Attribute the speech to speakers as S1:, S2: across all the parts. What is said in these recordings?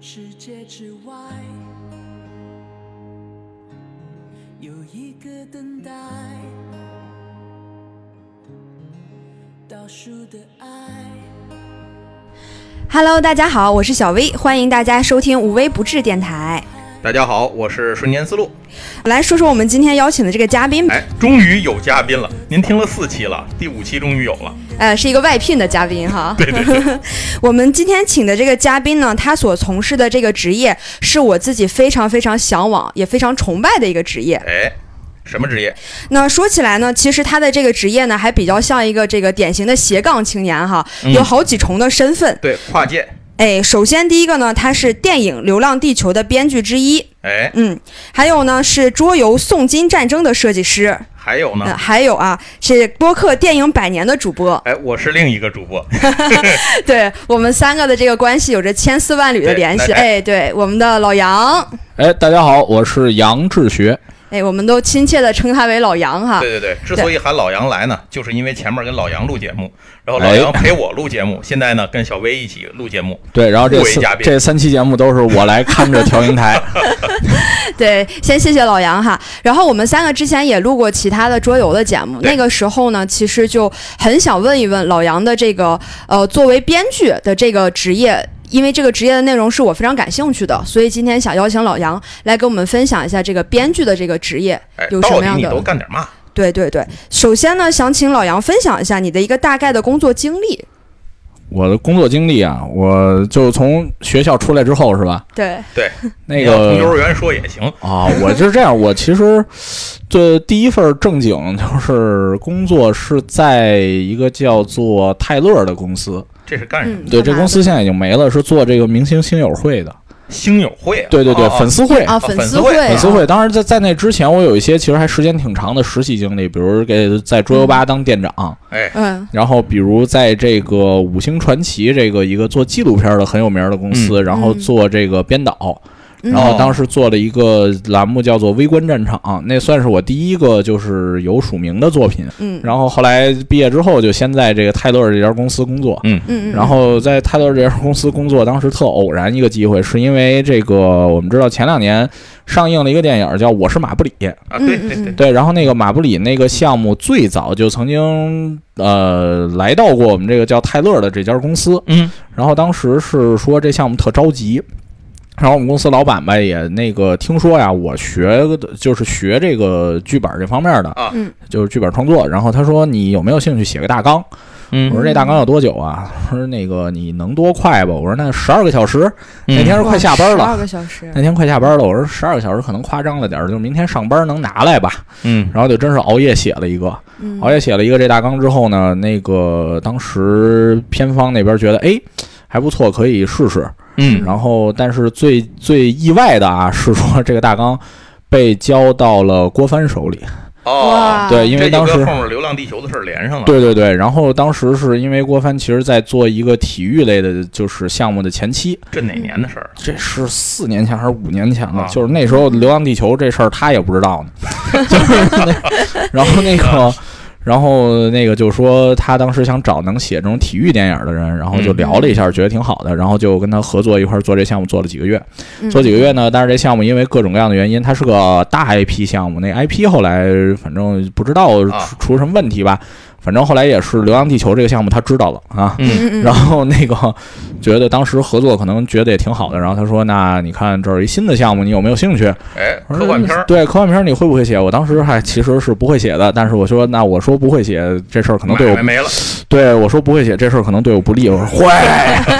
S1: 世界之外，有一个等待，倒数的爱。
S2: Hello，大家好，我是小薇，欢迎大家收听无微不至电台。
S3: 大家好，我是瞬间思路。
S2: 来说说我们今天邀请的这个嘉宾吧，
S3: 哎，终于有嘉宾了，您听了四期了，第五期终于有了。
S2: 呃，是一个外聘的嘉宾哈。
S3: 对对对，
S2: 我们今天请的这个嘉宾呢，他所从事的这个职业是我自己非常非常向往也非常崇拜的一个职业。
S3: 哎，什么职业？
S2: 那说起来呢，其实他的这个职业呢，还比较像一个这个典型的斜杠青年哈，
S3: 嗯
S2: 有好几重的身份。
S3: 对，跨界。
S2: 哎，首先第一个呢，他是电影《流浪地球》的编剧之一，
S3: 哎，
S2: 嗯，还有呢是桌游《宋金战争》的设计师，
S3: 还有
S2: 呃，
S3: 呢？
S2: 还有啊是播客电影百年的主 播。
S3: 哎，我是另一个主播。
S2: 啊对我们三个的这个关系有着千丝万缕的联系。
S3: 对那
S2: 哎，对，我们的老杨，
S4: 哎，大家好，我是杨志学。
S2: 哎，我们都亲切的称他为老杨哈。
S3: 对对对，之所以喊老杨来呢，就是因为前面跟老杨录节目，然后老
S4: 哎
S3: 杨陪我录节目，现在呢跟小薇一起录节目。
S4: 对，然后这
S3: 各位
S4: 三
S3: 嘉宾
S4: 这三期节目都是我来看着调 音台。
S2: 对，先谢谢老杨哈。然后我们三个之前也录过其他的桌游的节目，
S3: 对
S2: 那个时候呢，其实就很想问一问老杨的这个呃，作为编剧的这个职业。因为这个职业的内容是我非常感兴趣的，所以今天想邀请老杨来给我们分享一下这个编剧的这个职业
S3: 哎
S2: 有，什
S3: 到
S2: 么
S3: 底
S2: 样
S3: 你
S2: 的。
S3: 都干点嘛？
S2: 对对对，首先呢，想请老杨分享一下你的一个大概的工作经历。
S4: 我的工作经历啊，我就从学校出来之后是吧？
S2: 对，
S4: 那
S3: 你要从幼
S4: 个
S3: 儿园说也行。
S4: 啊，我就是这样。我其实这第一份正经就是工作是在一个叫做泰勒的公司，
S3: 这是干什么？
S2: 嗯，
S4: 哎对，这
S2: 干嘛
S4: 公司
S2: 的
S4: 现在已经没了，是做这个明星星友会的。
S3: 星友会啊？
S4: 对对对，
S3: 哦哦哦
S4: 粉丝会
S2: 啊，
S3: 粉
S2: 丝
S3: 丝会
S2: 啊
S4: 粉丝会，当然在在那之前，我有一些其实还时间挺长的实习经历，比如给在桌游吧当店长，
S3: 哎，
S2: 嗯
S4: 然后比如在这个五星传奇这个一个做纪录片的很有名的公司，然后做这个编导，
S2: 嗯
S4: 然后当时做了一个栏目叫做《微观战场》，那算是我第一个就是有署名的作品。
S2: 嗯
S4: 然后后来毕业之后，就先在这个泰勒尔这家公司工作。
S3: 嗯，
S2: 嗯，嗯
S4: 然后在泰勒这家公司工作，当时特偶然一个机会，是因为这个我们知道前两年上映了一个电影叫《我是马布里》，
S3: 啊，对
S2: 嗯
S3: 对
S2: 嗯
S3: 对
S2: 嗯，
S4: 对，然后那个马布里那个项目最早就曾经呃来到过我们这个叫泰勒的这家公司，
S3: 嗯，
S4: 然后当时是说这项目特着急。然后我们公司老板吧也那个听说呀，我学的就是学这个剧本这方面的，
S3: 啊
S2: 嗯，
S4: 就是剧本创作。然后他说你有没有兴趣写个大纲？
S3: 嗯
S4: 我说这大纲有多久啊？他说那个你能多快吧？我说那十二个小时。那天是快下班
S2: 二
S4: 了，哎
S2: 个小时，
S4: 那天快下班了。我说十二个小时可能夸张了点儿，就明天上班能拿来吧。
S3: 嗯
S4: 然后就真是熬夜写了一个，
S2: 嗯
S4: 熬夜写了一个这大纲之后呢，那个当时片方那边觉得哎还不错，可以试试。
S3: 嗯
S4: 然后但是最最意外的啊，是说这个大纲被交到了郭帆手里。
S3: 哦，
S2: 哇，
S4: 对，因
S3: 这
S4: 为
S3: 就
S4: 当
S3: 跟
S4: 时
S3: 后面《流浪地球》的事儿连上了。
S4: 对对对，然后当时是因为郭帆其实在做一个体育类的，就是项目的前期，
S3: 这哪年的事儿？
S4: 这是四年前还是五年前了？
S3: 啊
S4: 就是那时候《流浪地球》这事儿他也不知道呢， 就是那，然 后那
S3: 哎
S4: 个。然后那个就说他当时想找能写这种体育电影的人，然后就聊了一下，觉得挺好
S3: 嗯
S4: 的，然后就跟他合作一块儿做这项目，做了几个月。
S2: 嗯
S4: 做几个月呢，但是这项目因为各种各样的原因，它是个大 IP 项目，那 IP 后来反正不知道出
S3: 嗯啊
S4: 出什么问题吧，反正后来也是《流浪地球》这个项目他知道了啊。
S3: 嗯
S2: 嗯嗯
S4: 然后那个觉得当时合作可能觉得也挺好的，然后他说：“那你看这儿一新的项目，你有没有兴趣？
S3: 哎，
S4: 我说
S3: 科幻片儿，
S4: 对科幻片儿你会不会写？我当时还其实是不会写的，但是我说那我说不会写这事儿可能嗯对我
S3: 买卖没了。
S4: 对我说不会写这事儿可能对我不利，我说会，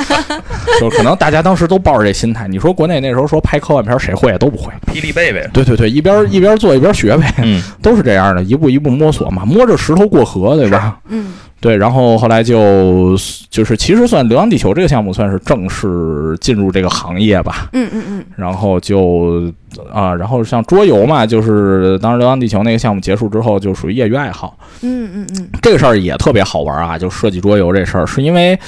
S4: 就可能大家当时都抱着这心态。你说国内那时候说拍科幻片儿谁会啊都不会，
S3: 霹雳贝贝，
S4: 对对对，一边儿一边儿做一边儿学呗，
S3: 嗯，
S4: 都是这样的，一步一步摸索嘛，摸着石头过河，对吧？
S2: 嗯
S4: 对，然后后来就就是其实算《流浪地球》这个项目算是正式进入这个行业吧，
S2: 嗯嗯嗯
S4: 然后就啊、然后像桌游嘛，就是当时《流浪地球》那个项目结束之后，就属于业余爱好。
S2: 嗯嗯嗯
S4: 这个事儿也特别好玩啊，就设计桌游这事儿，是因为。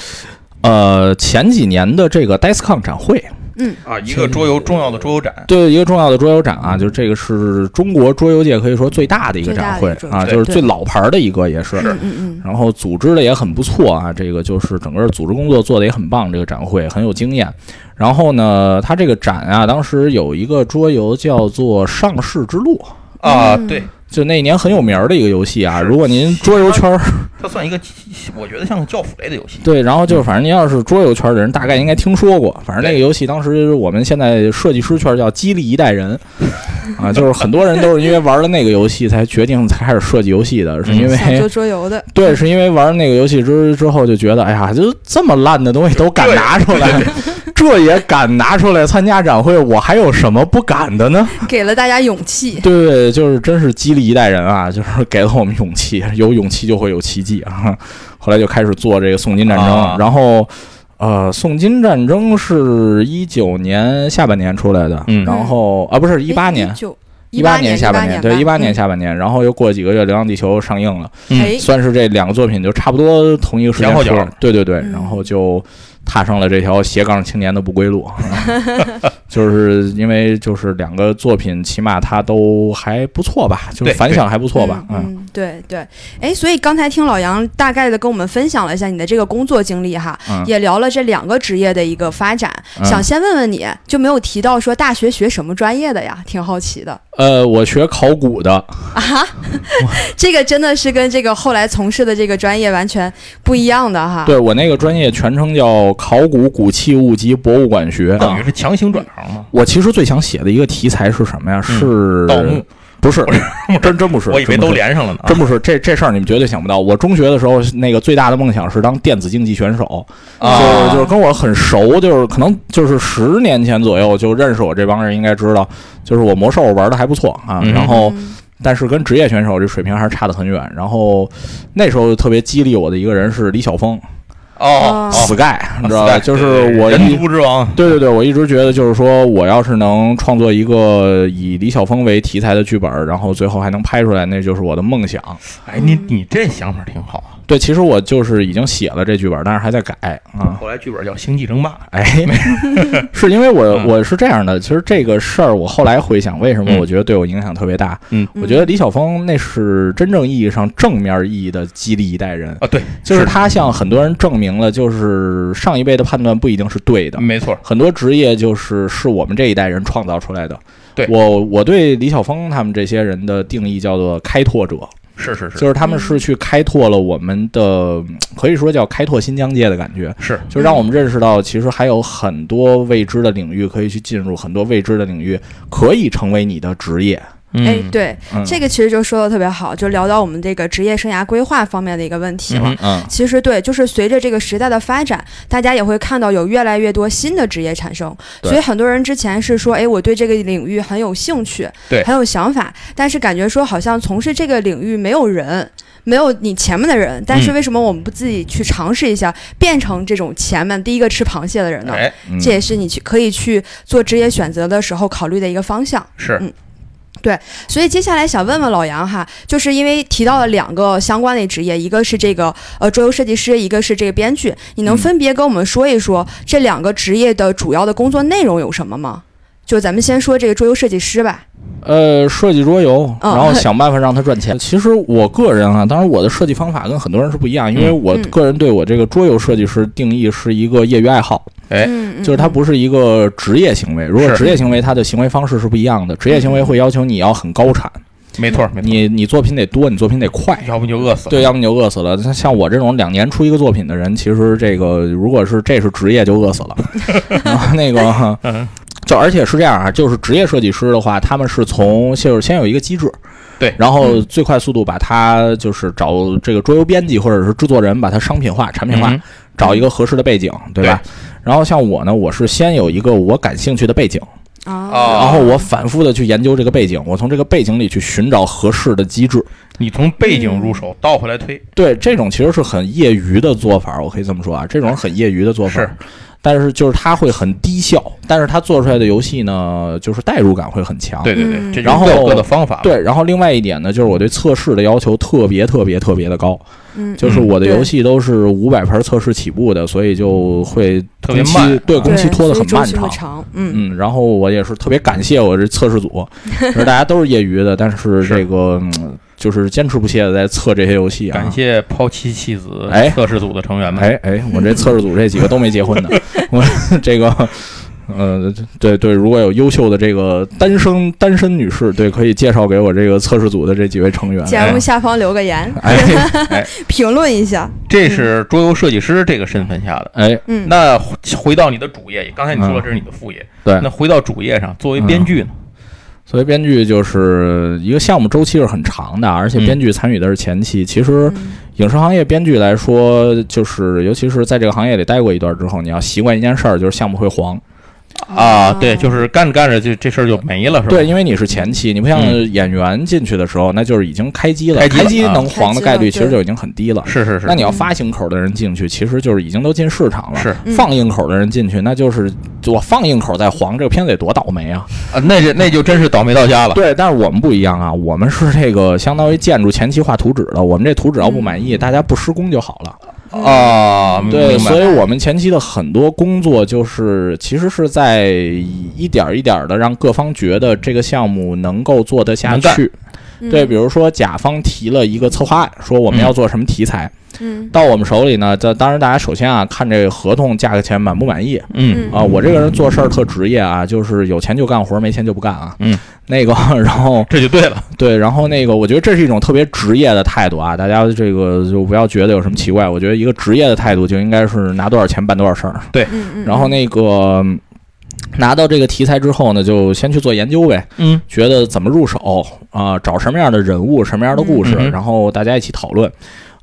S4: 呃前几年的这个 DICECON 展会，
S2: 嗯
S3: 啊，一个桌游重要的桌游展，
S4: 对一个重要的桌游展啊，就是这个是中国桌游界可以说最大的一个展会
S2: 最大
S4: 啊，
S3: 的一个桌游展
S4: 就是最老牌儿的一个也是。
S2: 嗯嗯
S4: 然后组织的也很不错啊，这个就是整个组织工作做的也很棒，这个展会很有经验。然后呢，它这个展啊，当时有一个桌游叫做《上市之路》，
S3: 啊，
S2: 嗯
S3: 对，
S4: 就那年很有名儿的一个游戏啊。
S3: 是
S4: 如果您桌游圈儿
S3: 它算一个，我觉得像教辅类的游戏。
S4: 对，然后就反正您要是桌游圈的人，大概应该听说过。反正那个
S3: 对
S4: 游戏当时我们现在设计师圈叫激励一代人，啊，就是很多人都是因为玩了那个游戏才决定才开始设计游戏的，是因
S2: 嗯，
S4: 为
S2: 想做桌游的，
S4: 对，是因为玩那个游戏之之后就觉得，哎呀，就这么烂的东西都敢
S3: 对
S4: 拿出来， 这也敢拿出来参加展会，我还有什么不敢的呢？
S2: 给了大家勇气。
S4: 对对对，就是真是激励一代人啊，就是给了我们勇气，有勇气就会有奇迹啊。 后来就开始做这个宋金战争，
S3: 啊
S4: 然后呃，宋金战争是一九年下半年出来的，
S3: 嗯
S4: 然后啊不是一八年。
S2: 哎九
S4: 一
S2: 八嗯
S4: 年下半年，对，一八年下嗯半年，然后又过几个月，《流浪地球》上映了，
S3: 嗯
S2: 哎，
S4: 算是这两个作品就差不多同一个时间
S3: 前后
S4: 出来
S3: 脚
S4: 了对对对，
S2: 嗯
S4: 然后就踏上了这条斜杠青年的不归路， 啊就是因为就是两个作品，起码它都还不错吧，就是
S3: 对
S4: 反响还不错吧，
S2: 嗯，嗯对对。哎，所以刚才听老杨大概的跟我们分享了一下你的这个工作经历哈，
S4: 嗯
S2: 也聊了这两个职业的一个发展。
S4: 嗯
S2: 想先问问你，就没有提到说大学学什么专业的呀？挺好奇的。
S4: 呃，我学考古的，
S2: 啊这个真的是跟这个后来从事的这个专业完全不一样的哈。嗯
S4: 对我那个专业全称叫考古古器物及博物馆学。
S3: 等于是强行转行嘛？
S4: 我其实最想写的一个题材是什么呀？是
S3: 嗯盗墓，
S4: 不是，真真不是，
S3: 我以为
S4: 真不
S3: 都
S4: 是
S3: 连上了呢。
S4: 真不是，这这事儿你们绝对想不到。我中学的时候，那个最大的梦想是当电子竞技选手，
S3: 啊
S4: 就是就是跟我很熟，就是可能就是十年前左右就认识我这帮人，应该知道，就是我魔兽玩的还不错啊，
S3: 嗯
S4: 然后。
S2: 嗯
S4: 但是跟职业选手这水平还是差得很远。然后那时候特别激励我的一个人是李晓峰、
S3: 哦，
S4: s
S3: 哦
S4: k y 你知道吧？
S3: 对
S4: 就是我
S3: 人
S4: 一
S3: 族之王，
S4: 对对对，我一直觉得就是说，我要是能创作一个以李晓峰为题材的剧本，然后最后还能拍出来，那就是我的梦想。
S3: 哎，你你这想法挺好啊。
S4: 对，其实我就是已经写了这剧本，但是还在改啊。
S3: 后来剧本叫《星际争霸》，
S4: 哎，是因为我
S3: 嗯
S4: 我是这样的，其实这个事儿我后来回想，为什么
S3: 嗯
S4: 我觉得对我影响特别大？
S3: 嗯
S4: 我觉得李晓峰那是真正意义上正面意义的激励一代人，
S3: 啊，对，
S4: 就是他向很多人证明了，就是上一辈的判断不一定是对的。
S3: 没错，
S4: 很多职业就是是我们这一代人创造出来的。
S3: 对
S4: 我，我对李晓峰他们这些人的定义叫做开拓者，
S3: 是是是
S4: 就是他们是去开拓了我们的，嗯可以说叫开拓新疆界的感觉，
S3: 是，
S4: 就让我们认识到，其实还有很多未知的领域可以去进入，很多未知的领域可以成为你的职业。
S2: 哎，对，
S4: 嗯，
S2: 这
S4: 个，
S2: 个其实就说的特别好，就聊到我们这个职业生涯规划方面的一个问题了。
S3: 嗯
S4: 嗯，
S2: 其实对，就是随着这个时代的发展，大家也会看到有越来越多新的职业产生。
S4: 对
S2: 所以很多人之前是说，哎，我对这个领域很有兴趣，
S3: 对
S2: 很有想法，但是感觉说好像从事这个领域没有人。没有你前面的人，但是为什么我们不自己去尝试一下，变成这种前面第一个吃螃蟹的人呢？
S3: 哎，
S4: 嗯
S2: 这也是你去可以去做职业选择的时候考虑的一个方向。
S3: 是
S2: 所以接下来想问问老杨哈，就是因为提到了两个相关的职业，一个是这个呃桌游设计师，一个是这个编剧，你能分别跟我们说一说这两个职业的主要的工作内容有什么吗？就咱们先说这个桌游设计师吧。
S4: 呃，设计桌游，
S2: 嗯
S4: 然后想办法让它赚钱。其实我个人啊，当然我的设计方法跟很多人是不一样，因为我
S2: 嗯
S4: 个人对我这个桌游设计师定义是一个业余爱好，
S3: 哎
S2: 嗯，嗯
S4: 就是它不是一个职业行为。如果
S3: 是
S4: 职业行为，它的行为方式是不一样的。职业行为会要求你要很高产，
S3: 没错，没错，
S4: 你你作品得多，你作品得快。
S3: 要不你就饿死了。
S4: 对，要么你就饿死了。像像我这种两年出一个作品的人，其实这个如果是这是职业，就 饿死了。然后那个，
S3: 嗯
S4: 就而且是这样啊，就是职业设计师的话，他们是从就是先有一个机制，
S3: 对嗯
S4: 然后最快速度把它就是找这个桌游编辑或者是制作人把它商品化、产品化，
S3: 嗯
S4: 找一个合适的背景，对吧？然后像我呢，我是先有一个我感兴趣的背景，
S2: 啊
S3: 哦
S4: 然后我反复的去研究这个背景，我从这个背景里去寻找合适的机制。
S3: 你从背景入手，倒回来推，
S4: 对，这种其实是很业余的做法，我可以这么说啊，这种很业余的做法。
S3: 是
S4: 但是就是它会很低效，但是它做出来的游戏呢，就是代入感会很强。
S3: 对对对，
S2: 嗯
S3: 这就
S4: 然
S3: 是
S4: 后
S3: 各有各的方法。，
S4: 对，然后另外一点呢，就是我对测试的要求特别特别特别的高，
S2: 嗯，
S4: 就是我的
S2: 对
S4: 游戏都是五百盘测试起步的，所以就会
S3: 特别
S4: 工期
S3: 慢
S4: 对
S3: 啊
S4: 工期
S2: 对
S4: 拖得
S2: 所以
S4: 很
S2: 周
S4: 漫
S2: 期会
S4: 长。
S2: 长，嗯
S4: 嗯，然后我也是特别感谢我这测 试组，就是大家都是业余的，但是
S3: 是
S4: 这个嗯就是坚持不懈的在测这些游戏啊。
S3: 感谢抛妻弃子
S4: 哎
S3: 测试组的成员们。
S4: 哎哎，我这测试组这几个都没结婚的，我这个。呃，对对，如果有优秀的这个单身单身女士，对，可以介绍给我这个测试组的这几位成员。
S2: 节目下方留个言，
S4: 哎
S2: 评论一下，
S3: 这是桌游设计师这个身份下的。
S4: 哎，
S2: 嗯，
S3: 那回回到你的主业，刚才你说
S4: 嗯
S3: 了这是你的副业，
S4: 对
S3: 那，回到主业上，
S4: 嗯
S3: 作为编剧呢？
S4: 所以编剧就是一个项目周期是很长的，啊而且
S3: 嗯
S4: 编剧参与的是前期。其实
S2: 嗯
S4: 影视行业编剧来说，就是尤其是在这个行业里待过一段之后，你要习惯一件事儿，就是项目会黄。
S3: 啊，
S2: 嗯
S3: 对，就是干着干着就这事儿就没了，是吧？
S4: 对，，因为你是前期，你不像
S3: 嗯
S4: 演员进去的时候，那就是已经开机了，
S3: 开机了啊
S4: 能黄的概率
S2: 开机了
S4: 其实就已经很低了。
S3: 是是是
S4: 那。你要发行口的人进去，其实就是已经都进市场了。
S3: 是
S2: 嗯
S4: 放映口的人进去，那就是我放映口在黄，这个片子得多倒霉啊！
S3: 啊，那就那就真是倒霉到家了。
S4: 对，但是我们不一样啊，我们是这个相当于建筑前期画图纸的，我们这图纸要不满
S2: 嗯
S4: 意，大家不施工就好了。
S3: 啊，明
S4: 对，
S3: 白
S4: 所以我们前期的很多工作就是其实是在一点儿一点的让各方觉得这个项目能够做得下
S3: 能干
S4: 去。对，比如说甲方提了一个策划案，说我们
S3: 嗯
S4: 要做什么题材，
S2: 嗯
S4: 到我们手里呢，这当然大家首先啊看这个合同价格钱满不满意。
S3: 嗯
S4: 啊，我这个人做事儿特职业啊，就是有钱就干活，没钱就不干啊。
S3: 嗯，
S4: 那个， 然后
S3: 这就对了。
S4: 对，然后那个，我觉得这是一种特别职业的态度啊，大家这个就不要觉得有什么奇怪。我觉得一个职业的态度就应该是拿多少钱办多少事儿。
S2: 嗯嗯，
S4: 然后
S2: 嗯
S4: 那个嗯拿到这个题材之后呢，就先去做研究呗，
S3: 嗯
S4: 觉得怎么入手啊、找什么样的人物，什么样的故事，
S3: 嗯嗯哼
S4: 然后大家一起讨论。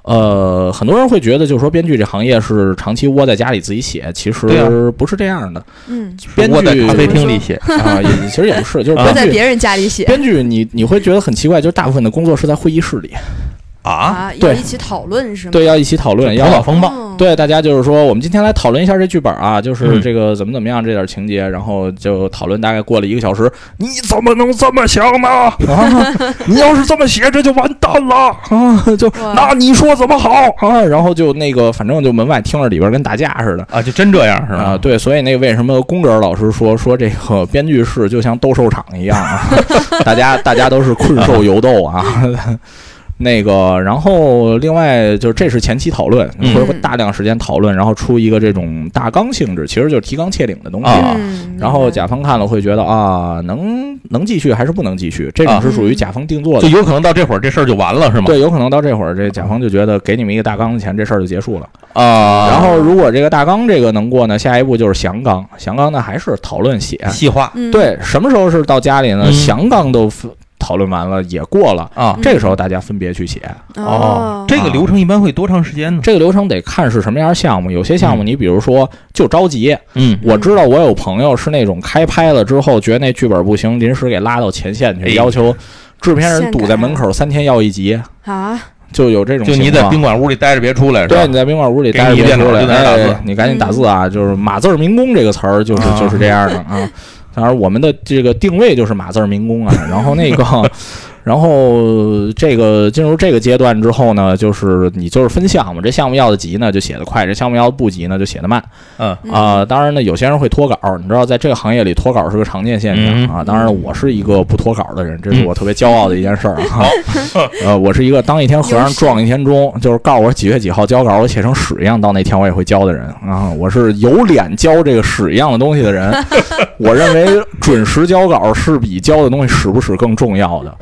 S4: 呃，很多人会觉得，就是说编剧这行业是长期窝在家里自己写，其
S3: 对
S2: 啊
S4: 实不是这样的。
S2: 嗯，
S4: 编
S3: 我在
S4: 剧
S3: 咖啡
S2: 怎么
S3: 厅
S2: 说
S3: 里写，
S4: 啊、也其实也不 是，就
S3: 啊
S4: 是
S2: 我
S4: 编
S2: 在
S4: 剧。
S2: 别人家里写
S4: 编剧你，你会觉得很奇怪，就是大部分的工作是在会议室里，
S3: 啊，
S2: 啊，要
S4: 对
S2: 一起讨论是吗？
S4: 对，要一起讨论，
S3: 头脑
S4: 要
S3: 风暴。
S2: 哦，
S4: 对大家就是说，我们今天来讨论一下这剧本啊，就是
S3: 嗯
S4: 这个怎么怎么样这点情节，然后就讨论大概过了一个小时，你怎么能这么想呢？ 啊，你要是这么写，这就完蛋了啊！ 就
S2: 哇
S4: 那你说怎么好啊？然后就那个，反正就门外听着里边跟打架似的。
S3: 啊，就真这样是
S4: 啊，
S3: 吧？
S4: 对，所以那个为什么宫格尔老师说说这个编剧室就像斗兽场一样 啊，大家大家都是困兽犹斗啊。 那个，然后另外就是这是前期讨论，
S3: 嗯
S4: 会会大量时间讨论，然后出一个这种大纲性质，其实就是提纲挈领的东西。
S3: 啊
S2: 嗯，
S4: 然后甲方看了会觉得啊，能能继续还是不能继续？这种
S3: 啊
S4: 是属于甲方定做
S3: 就
S4: 的，
S3: 有可能到这会儿这事儿就完了是吗？
S4: 对，嗯有可能到这会儿这甲方就觉得给你们一个大纲的钱，这事儿就结束了。
S3: 啊，
S4: 然后如果这个大纲这个能过呢，下一步就是详纲。详纲呢还是讨论写。
S3: 细化
S2: 嗯，
S4: 对，什么时候是到家里呢？
S3: 嗯
S4: 详纲都分讨论完了，也过了。
S3: 啊
S2: 嗯，
S4: 这个时候大家分别去写，
S2: 嗯
S3: 哦
S2: 哦，，
S3: 这个流程一般会多长时间呢？
S4: 这个流程得看是什么样的项目。有些项目你比如说就着急，
S3: 嗯，
S4: 我知道我有朋友是那种开拍了之后觉得那剧本不行，临时给拉到前线
S3: 哎
S4: 去，要求制片人
S2: 现
S4: 堵
S2: 改
S4: 在门口三天要一集，
S2: 啊，
S4: 就有这种
S3: 就你
S4: 情
S3: 在
S4: 况
S3: 宾馆屋里待着别出来是吧
S4: 对，你？在宾馆屋里
S3: 给
S4: 待着
S3: 你一
S4: 别
S3: 电脑
S4: 出来，
S3: 就在那儿打字
S4: 哎，你赶紧打字啊！就是“码字儿民工”这个词儿，就是
S3: 啊
S4: 就是这样的啊。当然，我们的这个定位就是“码字儿民工”啊。然后那个，然后这个进入这个阶段之后呢，就是你就是分项目，这项目要的急呢就写得快，这项目要的不急呢就写得慢
S3: 嗯
S4: 啊、当然呢，有些人会脱稿，你知道，在这个行业里脱稿是个常见现象
S3: 嗯
S4: 啊。当然了，我是一个不脱稿的人，这
S2: 嗯
S4: 是我特别骄傲的一件事 儿啊。呃，我是一个当一天和尚撞一天钟，就是告诉我几月几号交稿，我写成屎一样，到那天我也会交的人啊。我是有脸交这个屎一样的东西 的人。我认为准时交稿是比交的东西屎不屎更重要的。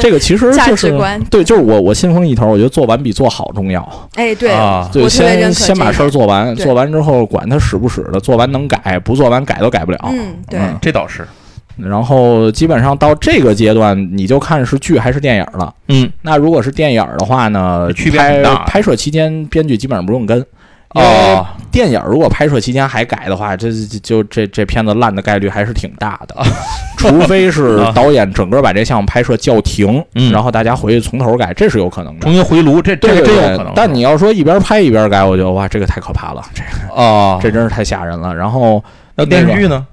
S4: 这个其实
S2: 价
S4: 就
S2: 值
S4: 是
S2: 观
S4: 对，就是我我信奉一头，我觉得做完比做好重要。
S2: 哎，对，
S3: 啊
S4: 对，
S2: 我特别认可
S4: 先先
S2: 这
S4: 把
S2: 一
S4: 事儿做完，
S2: 对
S4: 做完之后管它使不使的，做完能改，不做完改都改不了。
S2: 嗯对
S3: 这倒是，
S4: 然后基本上到这个阶段，你就看是剧还是电影了。
S3: 嗯
S4: 那如果是电影的话呢，
S3: 区别
S4: 拍
S3: 很大
S4: 拍摄期间，编剧基本上不用跟。因为
S3: 哦
S4: 电影如果拍摄期间还改的话，这这就这这片子烂的概率还是挺大 的，除非是导演整个把这项目拍摄叫停，
S3: 啊嗯
S4: 然后大家回去从头改，这是有可能的
S3: 重。新回炉，这这个
S4: 对对
S3: 真
S4: 对
S3: 有可能。
S4: 但你要说一边拍一边改，我觉得哇，这个太可怕了，这
S3: 啊，
S4: 这真是太吓人了。然后
S3: 那电视剧呢？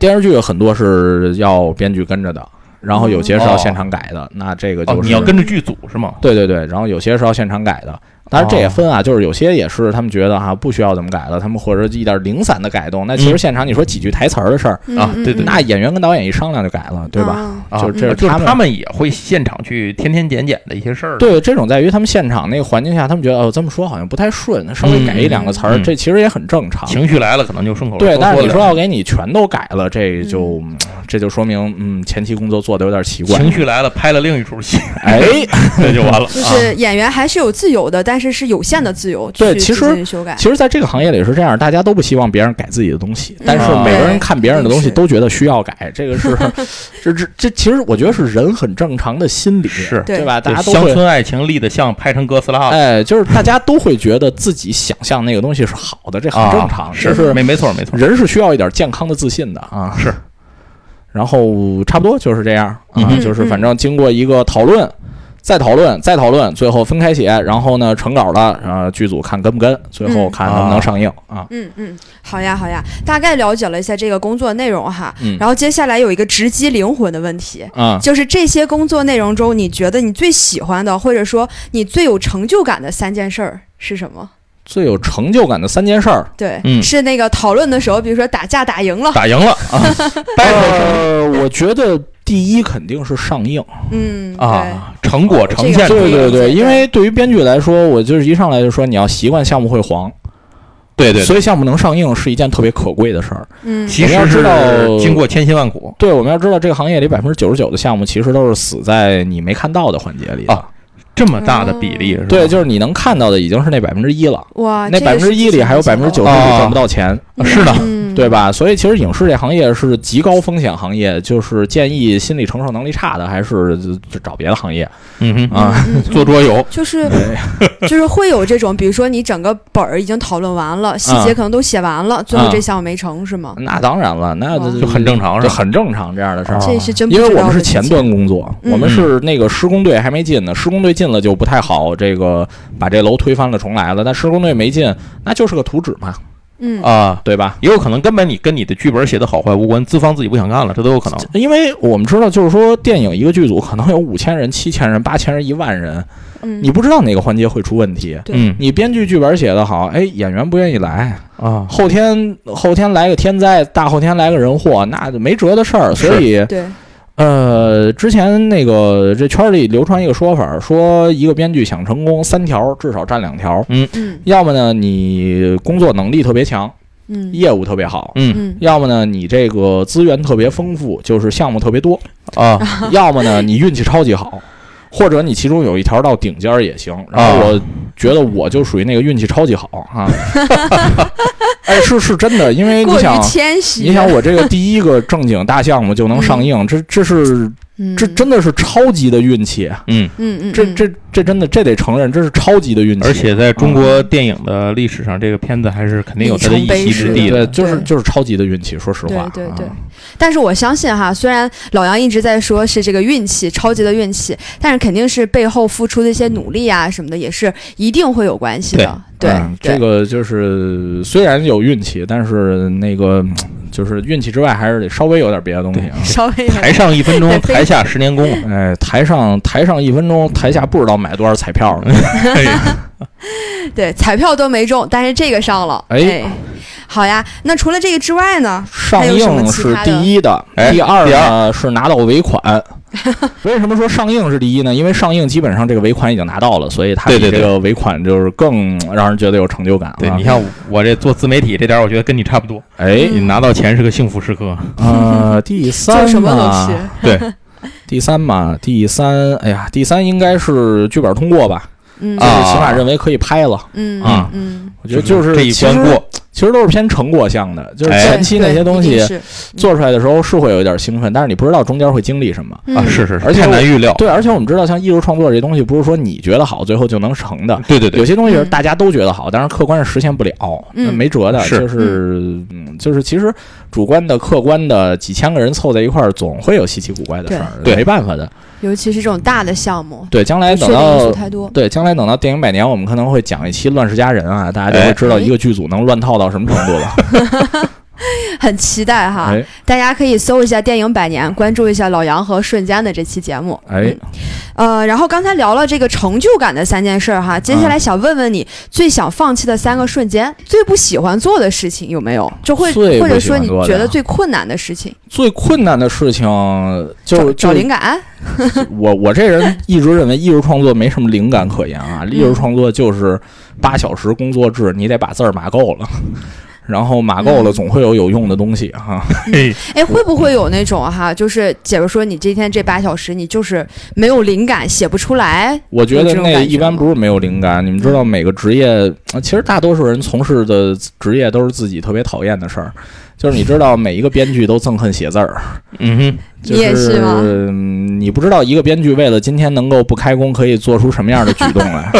S4: 电视剧很多是要编剧跟着的，然后有些是要
S3: 哦
S4: 现场改的，那这个就
S3: 哦
S4: 是、，
S3: 你要跟着剧组是吗？
S4: 对对对，然后有些是要现场改的，当然这也分
S3: 哦
S4: 啊，就是有些也是他们觉得哈、不需要怎么改了，他们或者一点零散的改动，那其实
S3: 嗯
S4: 现场你说几句台词儿的事儿，
S3: 啊对对嗯
S4: 那演员跟导演一商量就改了，对吧？？
S2: 嗯
S3: 啊，
S4: 就这是
S3: 就是
S4: 他们
S3: 他们也会现场去添添减减的一些事儿。
S4: 对，这种在于他们现场那个环境下，他们觉得哦这么说好像不太顺，稍微改一两个词儿，
S3: 嗯嗯
S4: 这其实也很正常。
S3: 情绪来了可能就顺口
S4: 对，但是你说
S3: 说
S4: 要给你全都改了，这就、这就说明嗯前期工作做的有点奇怪。
S3: 情绪来了，拍了另一出戏，
S4: 哎，
S3: 这就完了。
S2: 就
S3: 啊
S2: 是演员还是有自由的，但是是有限的自由去
S4: 对其
S2: 进
S4: 实
S2: 行修改。
S4: 其实，在这个行业里是这样，大家都不希望别人改自己的东西，但是
S3: 嗯
S4: 每个人
S2: 对
S4: 看别人的东西
S2: 是
S4: 都觉得需要改，这 个是这这这其实我觉得是人很正常的心理，
S3: 是
S4: 对吧？大
S3: 对
S4: 家都
S3: 乡
S4: 会。
S3: 村爱情立得像拍成哥斯拉了，
S4: 哎，就是大家都会觉得自己想象那个东西是好的，这很
S3: 啊
S4: 正常。就是
S3: 没没错没错。
S4: 人是需要一点健康的自信的啊。
S3: 是，
S4: 然后差不多就是这样
S3: 嗯
S4: 啊，
S3: 哼
S4: 就是反正经过一个讨论。再讨论，再讨论，最后分开写，然后呢，成稿了，呃，剧组看跟不跟，最后
S2: 嗯
S4: 看能不能上映啊。
S2: 嗯嗯，好呀好呀，大概了解了一下这个工作内容哈，
S4: 嗯
S2: 然后接下来有一个直击灵魂的问题，
S4: 啊，
S2: 就是这些工作内容中，你觉得你最喜欢的，或者说你最有成就感的三件事儿是什么？
S4: 最有成就感的三件事儿，
S2: 对，
S3: 嗯
S2: 是那个讨论的时候，比如说打架打赢了，
S3: 打赢了，
S4: 呃，我觉得第一肯定是上映，
S2: 嗯，
S3: 啊，成果呈
S2: 这
S3: 现出
S2: 个
S3: 来
S4: 对
S2: 是
S4: 对
S2: 对
S4: 对，
S2: 对
S4: 因为对于编剧来说，我就是一上来就说你要习惯项目会黄，
S3: 对对，
S4: 所以项目能上映是一件特别可贵的事儿。
S2: 嗯，
S3: 其实是经过千辛万苦
S4: 对，我们要知道这个行业里百分之九十九的项目其实都是死在你没看到的环节里的。
S3: 啊这么大的比例，是吧
S4: 对，就是你能看到的已经是那百分之一了，
S2: 哇，
S4: 那
S2: 啊这
S4: 百
S2: 个
S4: 分
S2: 是
S4: 之一
S2: 之
S4: 里
S2: 前
S4: 还有百
S2: 想
S4: 分之
S2: 不
S4: 九
S2: 到
S4: 十
S2: 的
S4: 九赚不到钱。
S3: 啊是的，
S2: 嗯
S4: 对？吧？所以其实影视这行业是极高风险行业，就是建议心理承受能力差的，还是呃找别的行业
S3: 嗯 哼，
S4: 啊。
S2: 嗯嗯
S3: 做桌游，
S2: 就是 就是会有这种，比如说你整个本儿已经讨论完了，细
S4: 啊
S2: 节可能都写完了，最后这项目没成是吗？
S4: 那当然了，那
S2: 哇
S4: 这
S3: 就很正常，是
S4: 这
S3: 吧？
S4: 很正常这样的事儿。
S3: 啊
S2: 啊这是真不
S4: 因为
S2: 知
S4: 我
S2: 道
S4: 们
S2: 的
S4: 是
S2: 事情
S4: 前端工作，
S2: 嗯
S4: 我们是那个施工队还没进呢，施工队进了就不太好，这个把这楼推翻了重来了。但施工队没进，那就是个图纸嘛，
S2: 嗯
S3: 啊，
S4: 对吧？
S3: 也有可能根本你跟你的剧本写的好坏无关，资方自己不想干了，这都有可能。
S4: 因为我们知道，就是说电影一个剧组可能有五千人、七千人、八千人、一万人，
S2: 嗯，
S4: 你不知道哪个环节会出问题。
S2: 对
S3: 嗯
S4: 你编剧剧本写得好，哎，演员不愿意来，
S3: 啊，
S4: 后天后天来个天灾，大后天来个人祸，那就没辙的事儿。所以，
S2: 对，
S4: 呃，之前那个这圈儿里流传一个说法儿，说一个编剧想成功，三条至少占两条，
S2: 嗯
S4: 要么呢你工作能力特别强，
S2: 嗯
S4: 业务特别好。
S3: 嗯
S2: 嗯
S4: 要么呢，你这个资源特别丰富，就是项目特别多；
S3: 啊，
S4: 要么呢，你运气超级好，或者你其中有一条到顶尖儿也行。然后我觉得我就属于那个运气超级好啊，哎，是是真的，因为你
S2: 过于
S4: 想，
S2: 谦虚，
S4: 你想我这个第一个正经大项目就能上映，这这是
S2: 嗯
S4: 这真的是超级的运气，啊
S3: 嗯，
S2: 嗯嗯
S4: 这
S2: 嗯
S4: 这这真的这得承认，这是超级的运气。
S3: 而且在中国
S4: 嗯
S3: 电影的历史上，这个片子还是肯定有它的一席之地
S4: 对，
S3: 的。
S4: 就是
S2: 对
S4: 就是超级的运气。说实话，
S2: 对对对
S4: 啊
S2: 但是我相信哈，虽然老杨一直在说是这个运气，超级的运气，但是肯定是背后付出的一些努力啊什么的，也是一定会有关系的。对
S4: 嗯
S2: 对
S4: 这个就是虽然有运气，但是那个嗯就是运气之外，还是得稍微有点别的东西啊。
S2: 稍微有
S3: 台上一分钟，台下十年功。
S4: 哎，台上台上一分钟，台下不知道买多少彩票呢。
S2: 对彩票都没中，但是这个上了。
S4: 哎
S2: 好呀，那除了这个之外呢？
S4: 上映是第一的，
S3: 还有什么其他的
S4: 第二
S3: 哎第
S4: 呢是拿到尾 款。为什么说上映是第一呢？因为上映基本上这个尾款已经拿到了，所以它比
S3: 对对对
S4: 这个尾款就是更让人觉得有成就感了。 啊
S3: 对啊你像我这做自媒体这点，我觉得跟你差不多。
S4: 哎，
S3: 你拿到钱是个幸福时 刻。
S4: 呃，第
S2: 做
S4: 三啊
S2: 什么
S4: 嘛
S2: 都，是。
S3: 对，
S4: 第三嘛，第三，哎呀，第三应该是剧本通过吧，
S2: 嗯
S4: 就是
S3: 啊
S4: 起码认为可以拍了。
S2: 嗯
S4: 啊
S2: 嗯
S4: 我觉得就是
S3: 这一
S4: 其实
S3: 关过，
S4: 其其实都是偏成果向的，就是
S2: 对
S4: 哎前期那些东
S2: 对一定
S4: 西
S2: 是
S4: 做出来的时候是会有一点兴奋，但是你不知道中间会经历什么。
S2: 嗯
S5: 啊，是是，是
S4: 而且
S5: 太
S4: 我
S5: 难预料。
S4: 对，而且我们知道，像艺术创作这东西，不是说你觉得好，最后就能成的。
S5: 对对对
S4: 有，些东西是
S2: 嗯
S4: 大家都觉得好，但是客观是实现不了，
S2: 嗯
S4: 那没辙的。
S5: 是
S4: 就是，嗯，就是其实主观的、客观的，几千个人凑在一块儿，总会有稀奇古怪的事儿，
S5: 对对
S4: 没办法的。
S2: 尤其是这种大的项目，
S4: 对，将来
S2: 确
S4: 等
S2: 定因素
S4: 到
S2: 太多。
S4: 对将来等到电影百年，我们可能会讲一期《乱世佳人》啊，大家就
S5: 哎
S4: 会知道一个剧组能乱套到什么程度了。
S2: 很期待哈，
S4: 哎
S2: 大家可以搜一下《电影百年》，关注一下老杨和瞬间的这期节目。
S4: 哎，
S2: 呃，然后刚才聊了这个成就感的三件事儿哈，
S4: 嗯
S2: 接下来想问问你、最想放弃的三个瞬间，最不喜欢做的事情有没有？就会
S4: 最不
S2: 或者
S4: 喜
S2: 说
S4: 欢
S2: 你
S4: 做的
S2: 觉
S4: 呀
S2: 得最困难的事情，
S4: 最困难的事情就
S2: 找
S4: 就
S2: 找灵感，
S4: 我我这人一直认为艺术创作没什么灵感可言啊，
S2: 嗯
S4: 艺术创作就是八小时工作制，你得把字儿码够了，然后码够
S2: 嗯
S4: 了总会有有用的东西哈、
S3: 嘿，
S2: 哎，会不
S4: 嗯
S2: 会有那种哈，就是姐夫说你今天这八小时你就是没有灵感，写不出来，
S4: 我觉
S2: 有
S4: 得
S2: 这种
S4: 那
S2: 感觉嗯
S4: 一般不是没有灵感，你们知道每个职业，呃其实大多数人从事的职业都是自己特别讨厌的事儿，就是你知道每一个编剧都憎恨写字儿，
S3: 嗯哼，
S4: 就
S2: 你也是吗
S4: 嗯你不知道一个编剧为了今天能够不开工，可以做出什么样的举动 来？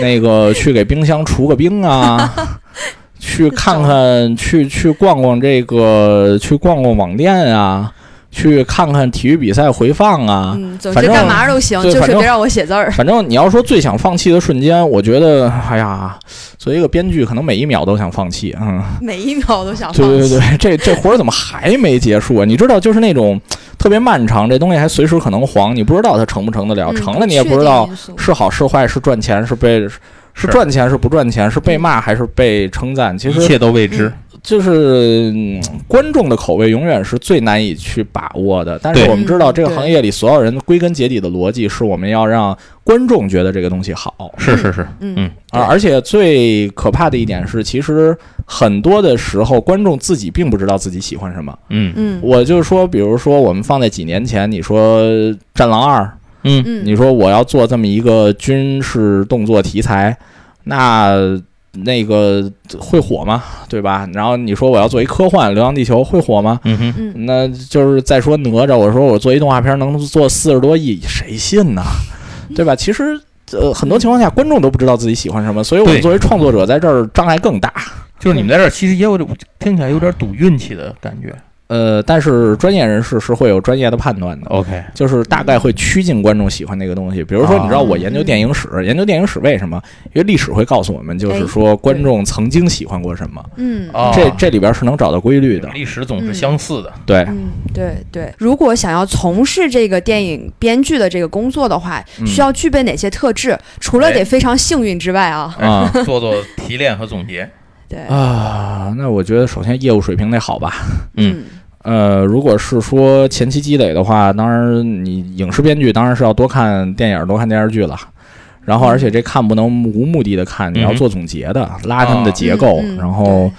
S4: 那个去给冰箱除个冰啊， 去看看，去去逛逛这个，去逛逛网店啊，去看看体育比赛回放啊。
S2: 嗯，总
S4: 反
S2: 之
S4: 正
S2: 干嘛都行，
S4: 对
S2: 就
S4: 反
S2: 是
S4: 正
S2: 别让我写字儿。
S4: 反正你要说最想放弃的瞬间，我觉得，哎呀，作为一个编剧，可能每一秒都想放弃，嗯。
S2: 每一秒都啊想放
S4: 对
S2: 弃。
S4: 对对，这这活儿怎么还没结束啊？你知道，就是那种特别漫长，这东西还随时可能黄，你不知道它成不成得了，
S2: 嗯
S4: 成了你也
S2: 确
S4: 不知
S2: 定
S4: 道
S2: 因素
S4: 是好是坏，是赚钱是被是赚钱是不赚钱，是被骂还是被称赞。其
S5: 一
S4: 实
S5: 切都未知。
S2: 嗯
S4: 就是、嗯观众的口味永远是最难以去把握的，但是
S5: 对
S4: 我们知
S2: 嗯
S4: 道这个
S2: 对
S4: 行业里所有人归根结底的逻辑是我们要让观众觉得这个东西好，
S5: 是是是，
S2: 嗯，
S4: 啊，而且最可怕的一点是，其实很多的时候，观众自己并不知道自己喜欢什么。
S5: 嗯
S2: 嗯
S4: 我就说，比如说，我们放在几年前，你说《战狼二》，
S5: 嗯，
S2: 嗯，
S4: 你说我要做这么一个军事动作题材，那那个会火吗？对吧？然后你说我要做一科幻《流浪地球》，会火吗？
S5: 嗯哼，
S2: 嗯
S4: 那就是再说哪吒，我说我做一动画片能做四十多亿，谁信呢？对吧？其实。呃，很多情况下观众都不知道自己喜欢什么，所以我们
S3: 对
S4: 作为创作者在这儿障碍更大。
S3: 就是你们在这儿其实也有点听起来有点赌运气的感觉。
S4: 呃，但是专业人士是会有专业的判断的，
S3: OK，
S4: 就是大概会趋近观众喜欢那个东西。比如说，
S5: 啊
S4: 你知道我研究电影史，研究电影史为什么？因为历史会告诉我们，就是说观众曾经喜欢过什么，
S2: 嗯
S3: 啊，
S4: 这这里边是能找到规律的。
S3: 历史总是相似的。
S4: 对，
S2: 嗯，对对。如果想要从事这个电影编剧的这个工作的话，
S4: 嗯哎
S2: 需要具备哪些特质？除了得非常幸运之外啊，
S4: 嗯啊
S3: 哎，做做提炼和总结。
S2: 对，
S4: 啊，那我觉得首先业务水平得好吧。
S2: 嗯
S4: 呃，如果是说前期积累的话，当然你影视编剧当然是要多看电影、多看电视剧了。然后，而且这看不能无目的的看，你
S3: 嗯
S4: 要
S3: 哼
S4: 做总结的，拉他们的
S3: 啊
S4: 结构，
S2: 嗯嗯
S4: 然后。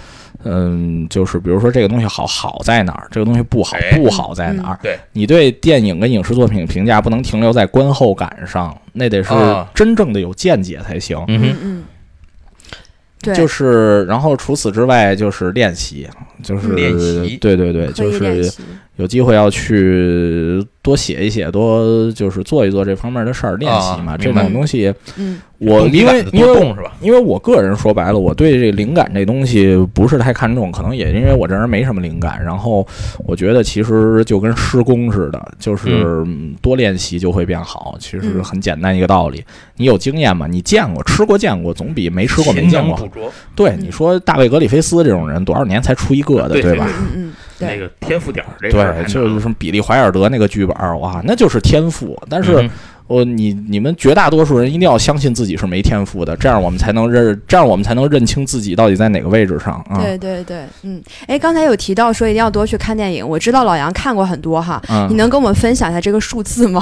S4: 嗯，就是比如说这个东西好好在哪儿，这个东西不好
S3: 哎
S4: 不好在哪儿、
S3: 对，
S4: 你对电影跟影视作品评价不能停留在观后感上，那得是
S3: 啊
S4: 真正的有见解才行。
S3: 嗯
S2: 嗯
S3: 哼，
S2: 嗯，对，
S4: 就是，然后除此之外就是练习，就是
S3: 嗯练习
S4: 对对对，
S2: 可
S4: 就
S2: 以练
S4: 是
S2: 习，
S4: 有机会要去多写一写，多就是做一做这方面的事儿，练习嘛。
S3: 啊
S4: 这
S3: 明白
S4: 种东西，
S2: 嗯
S4: 我
S3: 动笔
S4: 因为
S3: 杆子
S4: 因
S3: 多
S4: 为
S3: 动是吧？
S4: 因为我个人说白了，我对这灵感这东西不是太看重，可能也因为我这人没什么灵感。然后我觉得其实就跟施工似的，就是嗯多练习就会变好，其实
S2: 嗯
S4: 很简单一个道理。你有经验嘛？你见过、吃过、见过，总比没吃过没
S3: 勤
S4: 见
S3: 能
S4: 过好
S3: 捕。捉，
S4: 对，
S2: 嗯
S4: 你说大卫格里菲斯这种人，多少年才出一个的，
S3: 对
S4: 对
S3: 对
S4: 吧？
S2: 嗯嗯，
S3: 那
S2: 对，
S3: 个天赋点儿这个事儿太嗯
S4: 对，
S3: 难
S4: 就是
S3: 了
S4: 什么比利怀尔德那个剧本儿，哇，那就是天赋。但是
S3: 嗯哼
S4: 我、你你们绝大多数人一定要相信自己是没天赋的，这样我们才能认，这样我们才能认清自己到底在哪个位置上啊。
S2: 对对对，嗯，哎，刚才有提到说一定要多去看电影，我知道老杨看过很多哈，
S4: 嗯
S2: 你能跟我们分享一下这 个数字吗？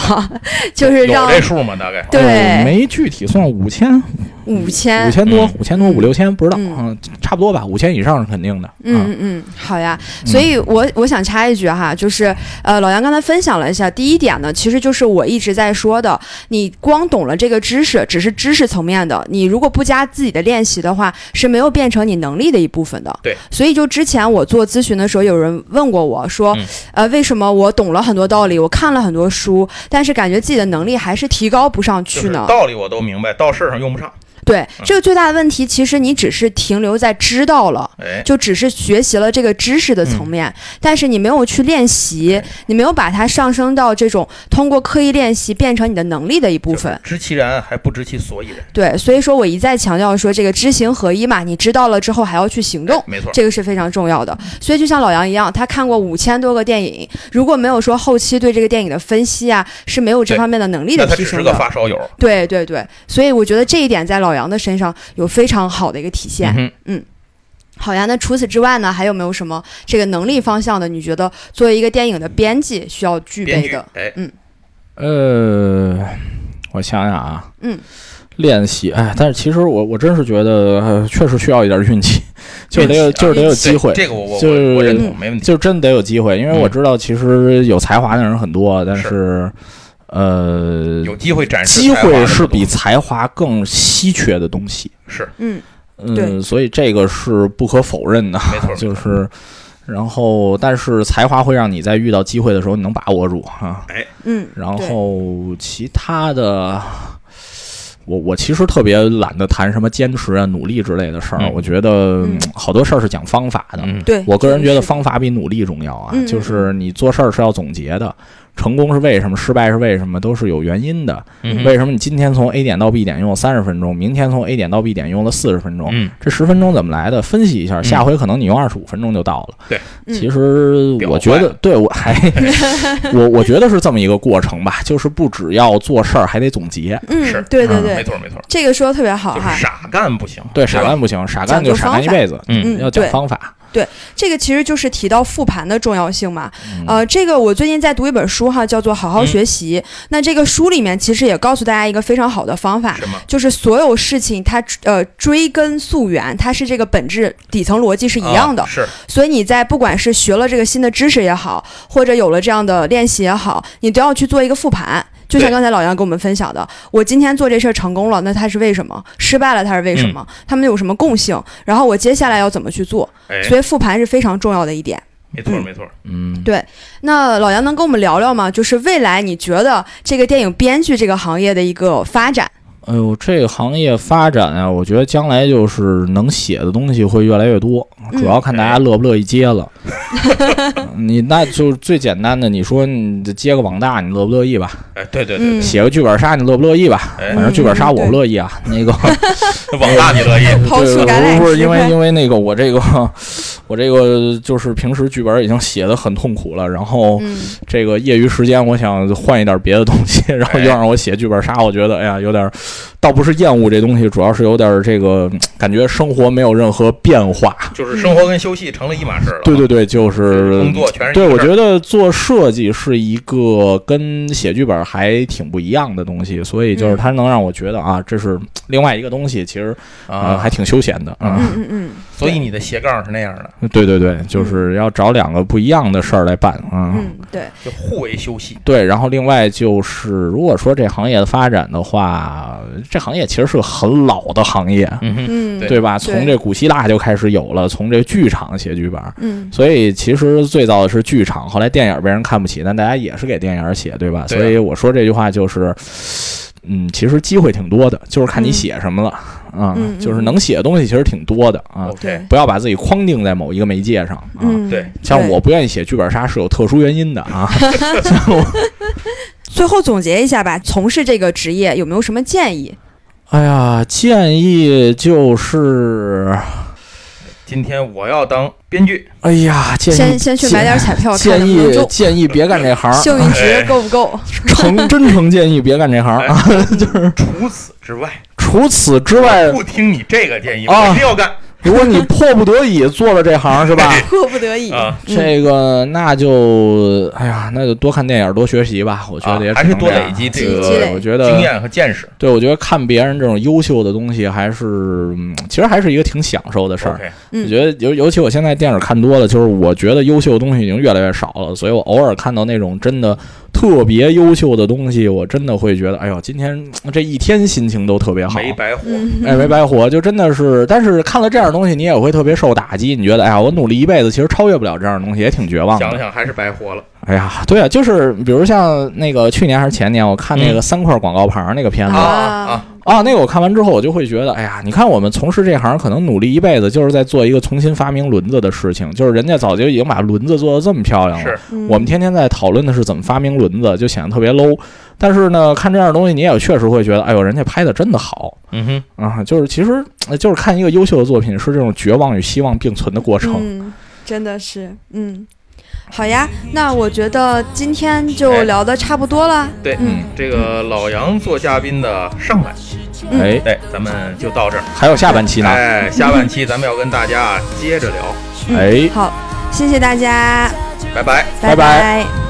S2: 就是让
S3: 有这数吗？大概
S4: 哎
S2: 对
S4: 我没具体算五千，
S2: 五千
S4: 哦五，千多
S3: 嗯，
S4: 五千多，
S2: 嗯
S4: 五六千不知道，
S2: 嗯
S4: 嗯，差不多吧，五千以上是肯定的。啊
S3: 啊
S2: 嗯嗯嗯，好呀。所
S3: 嗯
S2: 以我，我想插一句哈，就是呃，老杨刚才分享了一下，第一点呢，其实就是我一直在说的，你光懂了这个知识，只是知识层面的，你如果不加自己的练习的话，是没有变成你能力的一部分的。
S3: 对。
S2: 所以，就之前我做咨询的时候，有人问过我说，
S3: 嗯
S2: 呃，为什么我懂了很多道理，我看了很多书，但是感觉自己的能力还是提高不上
S3: 就
S2: 去
S3: 是
S2: 呢？
S3: 道理嗯我都明白，到事儿上用不上。
S2: 对，这个最大的问题，其实你只是停留在知道了。
S3: 哎，
S2: 就只是学习了这个知识的层面，
S3: 嗯
S2: 但是你没有去练习，你没有把它上升到这种通过刻意练习变成你的能力的一部分。
S3: 知其然还不知其所以然，
S2: 对，所以说我一再强调说这个知行合一嘛，你知道了之后还要去行动。
S3: 没错。
S2: 这个是非常重要的，所以就像老杨一样，他看过五千多个电影，如果没有说后期对这个电影的分析啊，是没有这
S3: 对
S2: 方面的能力的
S3: 那他
S2: 提
S3: 只
S2: 升
S3: 是
S2: 的
S3: 个。发烧友。
S2: 对对对，所以我觉得这一点在老杨的身上有非常好的一个体现。
S3: 嗯哼
S2: 好呀，那除此之外呢，还有没有什么这个能力方向的？你觉得作为一个电影的编辑需要具
S3: 编
S2: 备
S3: 剧
S2: 的？，
S3: 哎，
S4: 呃，我想想啊，
S2: 嗯，
S4: 练习，哎，但是其实我我真是觉得、呃确实需要一点运气， 就是得有，
S3: 运气啊
S4: 就是得有
S2: 运
S4: 机会，
S3: 这个我我
S4: 就是
S3: 我我认同，没问题。
S4: 就真得有机会，因为我
S3: 嗯
S4: 知道其实有才华的人很多，但
S3: 是
S4: 是呃，
S3: 有机会展示
S4: 机
S3: 才华
S4: 会
S3: 的
S4: 是
S3: 东
S4: 比
S3: 西
S4: 才华更稀缺的东西，
S3: 是
S2: 嗯对
S4: 嗯，所以这个是不可否认的，
S3: 没错，
S4: 就
S3: 没错
S4: 是。然后，但是才华会让你在遇到机会的时候，你能把握住啊。
S2: 嗯，
S4: 然
S2: 对
S4: 后其他的，我我其实特别懒得谈什么坚持啊、努力之类的事儿。
S3: 嗯
S4: 我觉得
S2: 嗯
S4: 好多事儿是讲方法的。
S3: 嗯，
S2: 对，
S4: 我个人觉得
S2: 哎是的
S4: 方法比努力重要啊，
S2: 嗯嗯
S4: 就是你做事儿是要总结的，成功是为什么，失败是为什么，都是有原因的。
S3: 嗯
S4: 为什么你今天从 A 点到 B 点用了三十分钟，明天从 A 点到 B 点用了四十分钟？
S3: 嗯，
S4: 这十分钟怎么来的？分析一下，下回可能你用二十五分钟就到了。
S3: 对
S2: 嗯
S4: 其实我觉
S3: 表
S4: 得
S3: 坏，
S4: 对我 还我我觉得是这么一个过程吧，就是不只要做事儿，还得总结。
S3: 是
S2: 嗯，对对
S4: 嗯
S2: 对，
S3: 没错没错，
S2: 这个说的特别好
S3: 就
S2: 哈
S3: 是。傻干不行，
S4: 对，
S3: 吧
S4: 傻干不行，傻干就傻干一辈子，
S3: 嗯
S4: 要讲方法。
S2: 这个其实就是提到复盘的重要性嘛。
S4: 嗯
S2: 呃，这个我最近在读一本书哈，叫做《好好
S3: 嗯
S2: 学习》。那这个书里面其实也告诉大家一个非常好的方法，
S3: 什么
S2: 就是所有事情它呃追根溯源，它是这个本质底层逻辑是一样的
S3: 啊。是
S2: 所以你在不管是学了这个新的知识也好，或者有了这样的练习也好，你都要去做一个复盘。就像
S3: 对
S2: 刚才老杨跟我们分享的，我今天做这事儿成功了，那它是为什么？失败了，它是为什么？
S3: 嗯
S2: 他们有什么共性？然后我接下来要怎么去做？
S3: 哎，
S2: 所以复盘是非常重要的一点。
S3: 没错
S2: 嗯
S3: 没错，
S4: 嗯，
S2: 那老杨能跟我们聊聊吗？就是未来你觉得这个电影编剧这个行业的一个发展？
S4: 哎呦，这个行业发展啊，我觉得将来就是能写的东西会越来越多，
S2: 嗯
S4: 主要看大家乐不乐意 接了。你那就是最简单的，你说你接个网大，你乐不乐意吧？
S3: 哎，对对对，
S2: 嗯，
S4: 写个剧本杀，你乐不乐意吧？
S3: 哎
S4: 反，正剧本杀我不乐意啊。那个，
S3: 网大你乐意，
S2: 嗯抛出橄榄
S4: 对不是
S2: 枝
S4: 因为
S2: 快
S4: 因为那个我这个我这个就是平时剧本已经写的很痛苦了，然后
S2: 嗯，
S4: 这个业余时间我想换一点别的东西， 然后
S3: 哎
S4: 又让我写剧本杀，我觉得哎呀有点儿，倒不是厌恶这东西，主要是有点儿这个嗯感觉生活没有任何变化。
S3: 就是生活跟休息成了一码事儿了。啊
S4: 对对对，就是
S3: 工作全是
S4: 对，
S3: 一
S4: 我
S3: 事儿
S4: 觉得做设计是一个跟写剧本还挺不一样的东西，所以就是
S2: 嗯
S4: 它能让我觉得啊，这是另外一个东西，其实呃还挺休闲的啊。
S2: 嗯嗯嗯，
S3: 啊所以你的斜杠是那样的，
S4: 对对对，就是要找两个不一样的事儿来办啊。
S2: 嗯对，
S3: 就互为休息。
S4: 对，然后另外就是，如果说这行业的发展的话，这行业其实是个很老的行业，
S3: 嗯哼，
S2: 嗯
S3: 对
S4: 对吧？从这古希腊就开始有了，从这剧场写剧本，
S2: 嗯
S4: 所以其实最早的是剧场，后来电影被人看不起，但大家也是给电影写，对吧？
S3: 对啊
S4: 所以我说这句话就是，嗯，其实机会挺多的，就是看你
S2: 嗯
S4: 写什么了啊、
S2: 嗯嗯
S4: 就是能写的东西其实挺多的啊。
S2: 对
S3: OK，
S4: 不要把自己框定在某一个媒介上啊！
S2: 嗯
S3: 对
S4: 像我不愿意写剧本杀是有特殊原因的啊。
S2: 最后总结一下吧，从事这个职业有没有什么建议？
S4: 哎呀，建议就是，
S3: 今天我要当编剧，
S4: 哎呀，建议
S2: 先先去买点彩票，看
S4: 建
S2: 能不
S4: 议
S2: 能中。
S4: 建议别干这行，
S3: 啊
S2: 幸运值够不够？
S4: 诚真诚建议别干这行
S3: 哎
S4: 啊。
S3: 除此之外，
S4: 除此之外，
S3: 不听你这个建议，
S4: 啊
S3: 我一定要干。
S4: 如果你迫不得已做了这行，是
S3: 哎
S4: 吧？
S2: 迫不得已，
S3: 啊，
S4: 这个那就哎呀，那就多看电影，多学习吧。我觉得也
S3: 啊还是
S4: 只能
S3: 多
S4: 样
S3: 累积这
S2: 个
S4: 对我觉得
S3: 经验和见识。
S4: 对，我觉得看别人这种优秀的东西，还是、嗯、其实还是一个挺享受的事儿。
S3: OK，
S2: 嗯
S4: 我觉得尤尤其我现在电影看多了，就是我觉得优秀的东西已经越来越少了，所以我偶尔看到那种真的特别优秀的东西，我真的会觉得，哎呦，今天这一天心情都特别好，
S3: 没白活。
S2: 嗯，
S4: 哎，没白活，就真的是。但是看了这样的东西，你也会特别受打击，你觉得，哎呀，我努力一辈子，其实超越不了这样的东西，也挺绝望
S3: 想了
S4: 的。
S3: 想还是白活了。
S4: 哎呀，对啊，就是比如像那个去年还是前年，我看
S3: 嗯
S4: 那个三块广告牌儿那个片子，
S2: 啊
S3: 啊
S4: 啊，那个我看完之后，我就会觉得，哎呀，你看我们从事这行，可能努力一辈子，就是在做一个重新发明轮子的事情。就是人家早就已经把轮子做得这么漂
S3: 啊，
S4: 亮了
S3: 是，
S2: 嗯
S4: 我们天天在讨论的是怎么发明轮子，就显得特别 low。但是呢，看这样的东西，你也确实会觉得，哎呦，人家拍的真的好
S3: 嗯哼，
S4: 啊！就是其实呃就是看一个优秀的作品，是这种绝望与希望并存的过程。
S2: 嗯，真的是，嗯，好呀，那我觉得今天就
S3: 哎
S2: 聊的差不多了，
S3: 对
S2: 嗯，
S3: 这个老杨做嘉宾的上半，
S2: 嗯
S4: 哎，
S3: 哎，咱们就到这儿。
S4: 还有下半期呢，
S3: 哎，下半期咱们要跟大家接着聊，
S2: 嗯
S4: 哎
S2: 好，谢谢大家，
S3: 拜拜。
S4: 拜拜
S2: 拜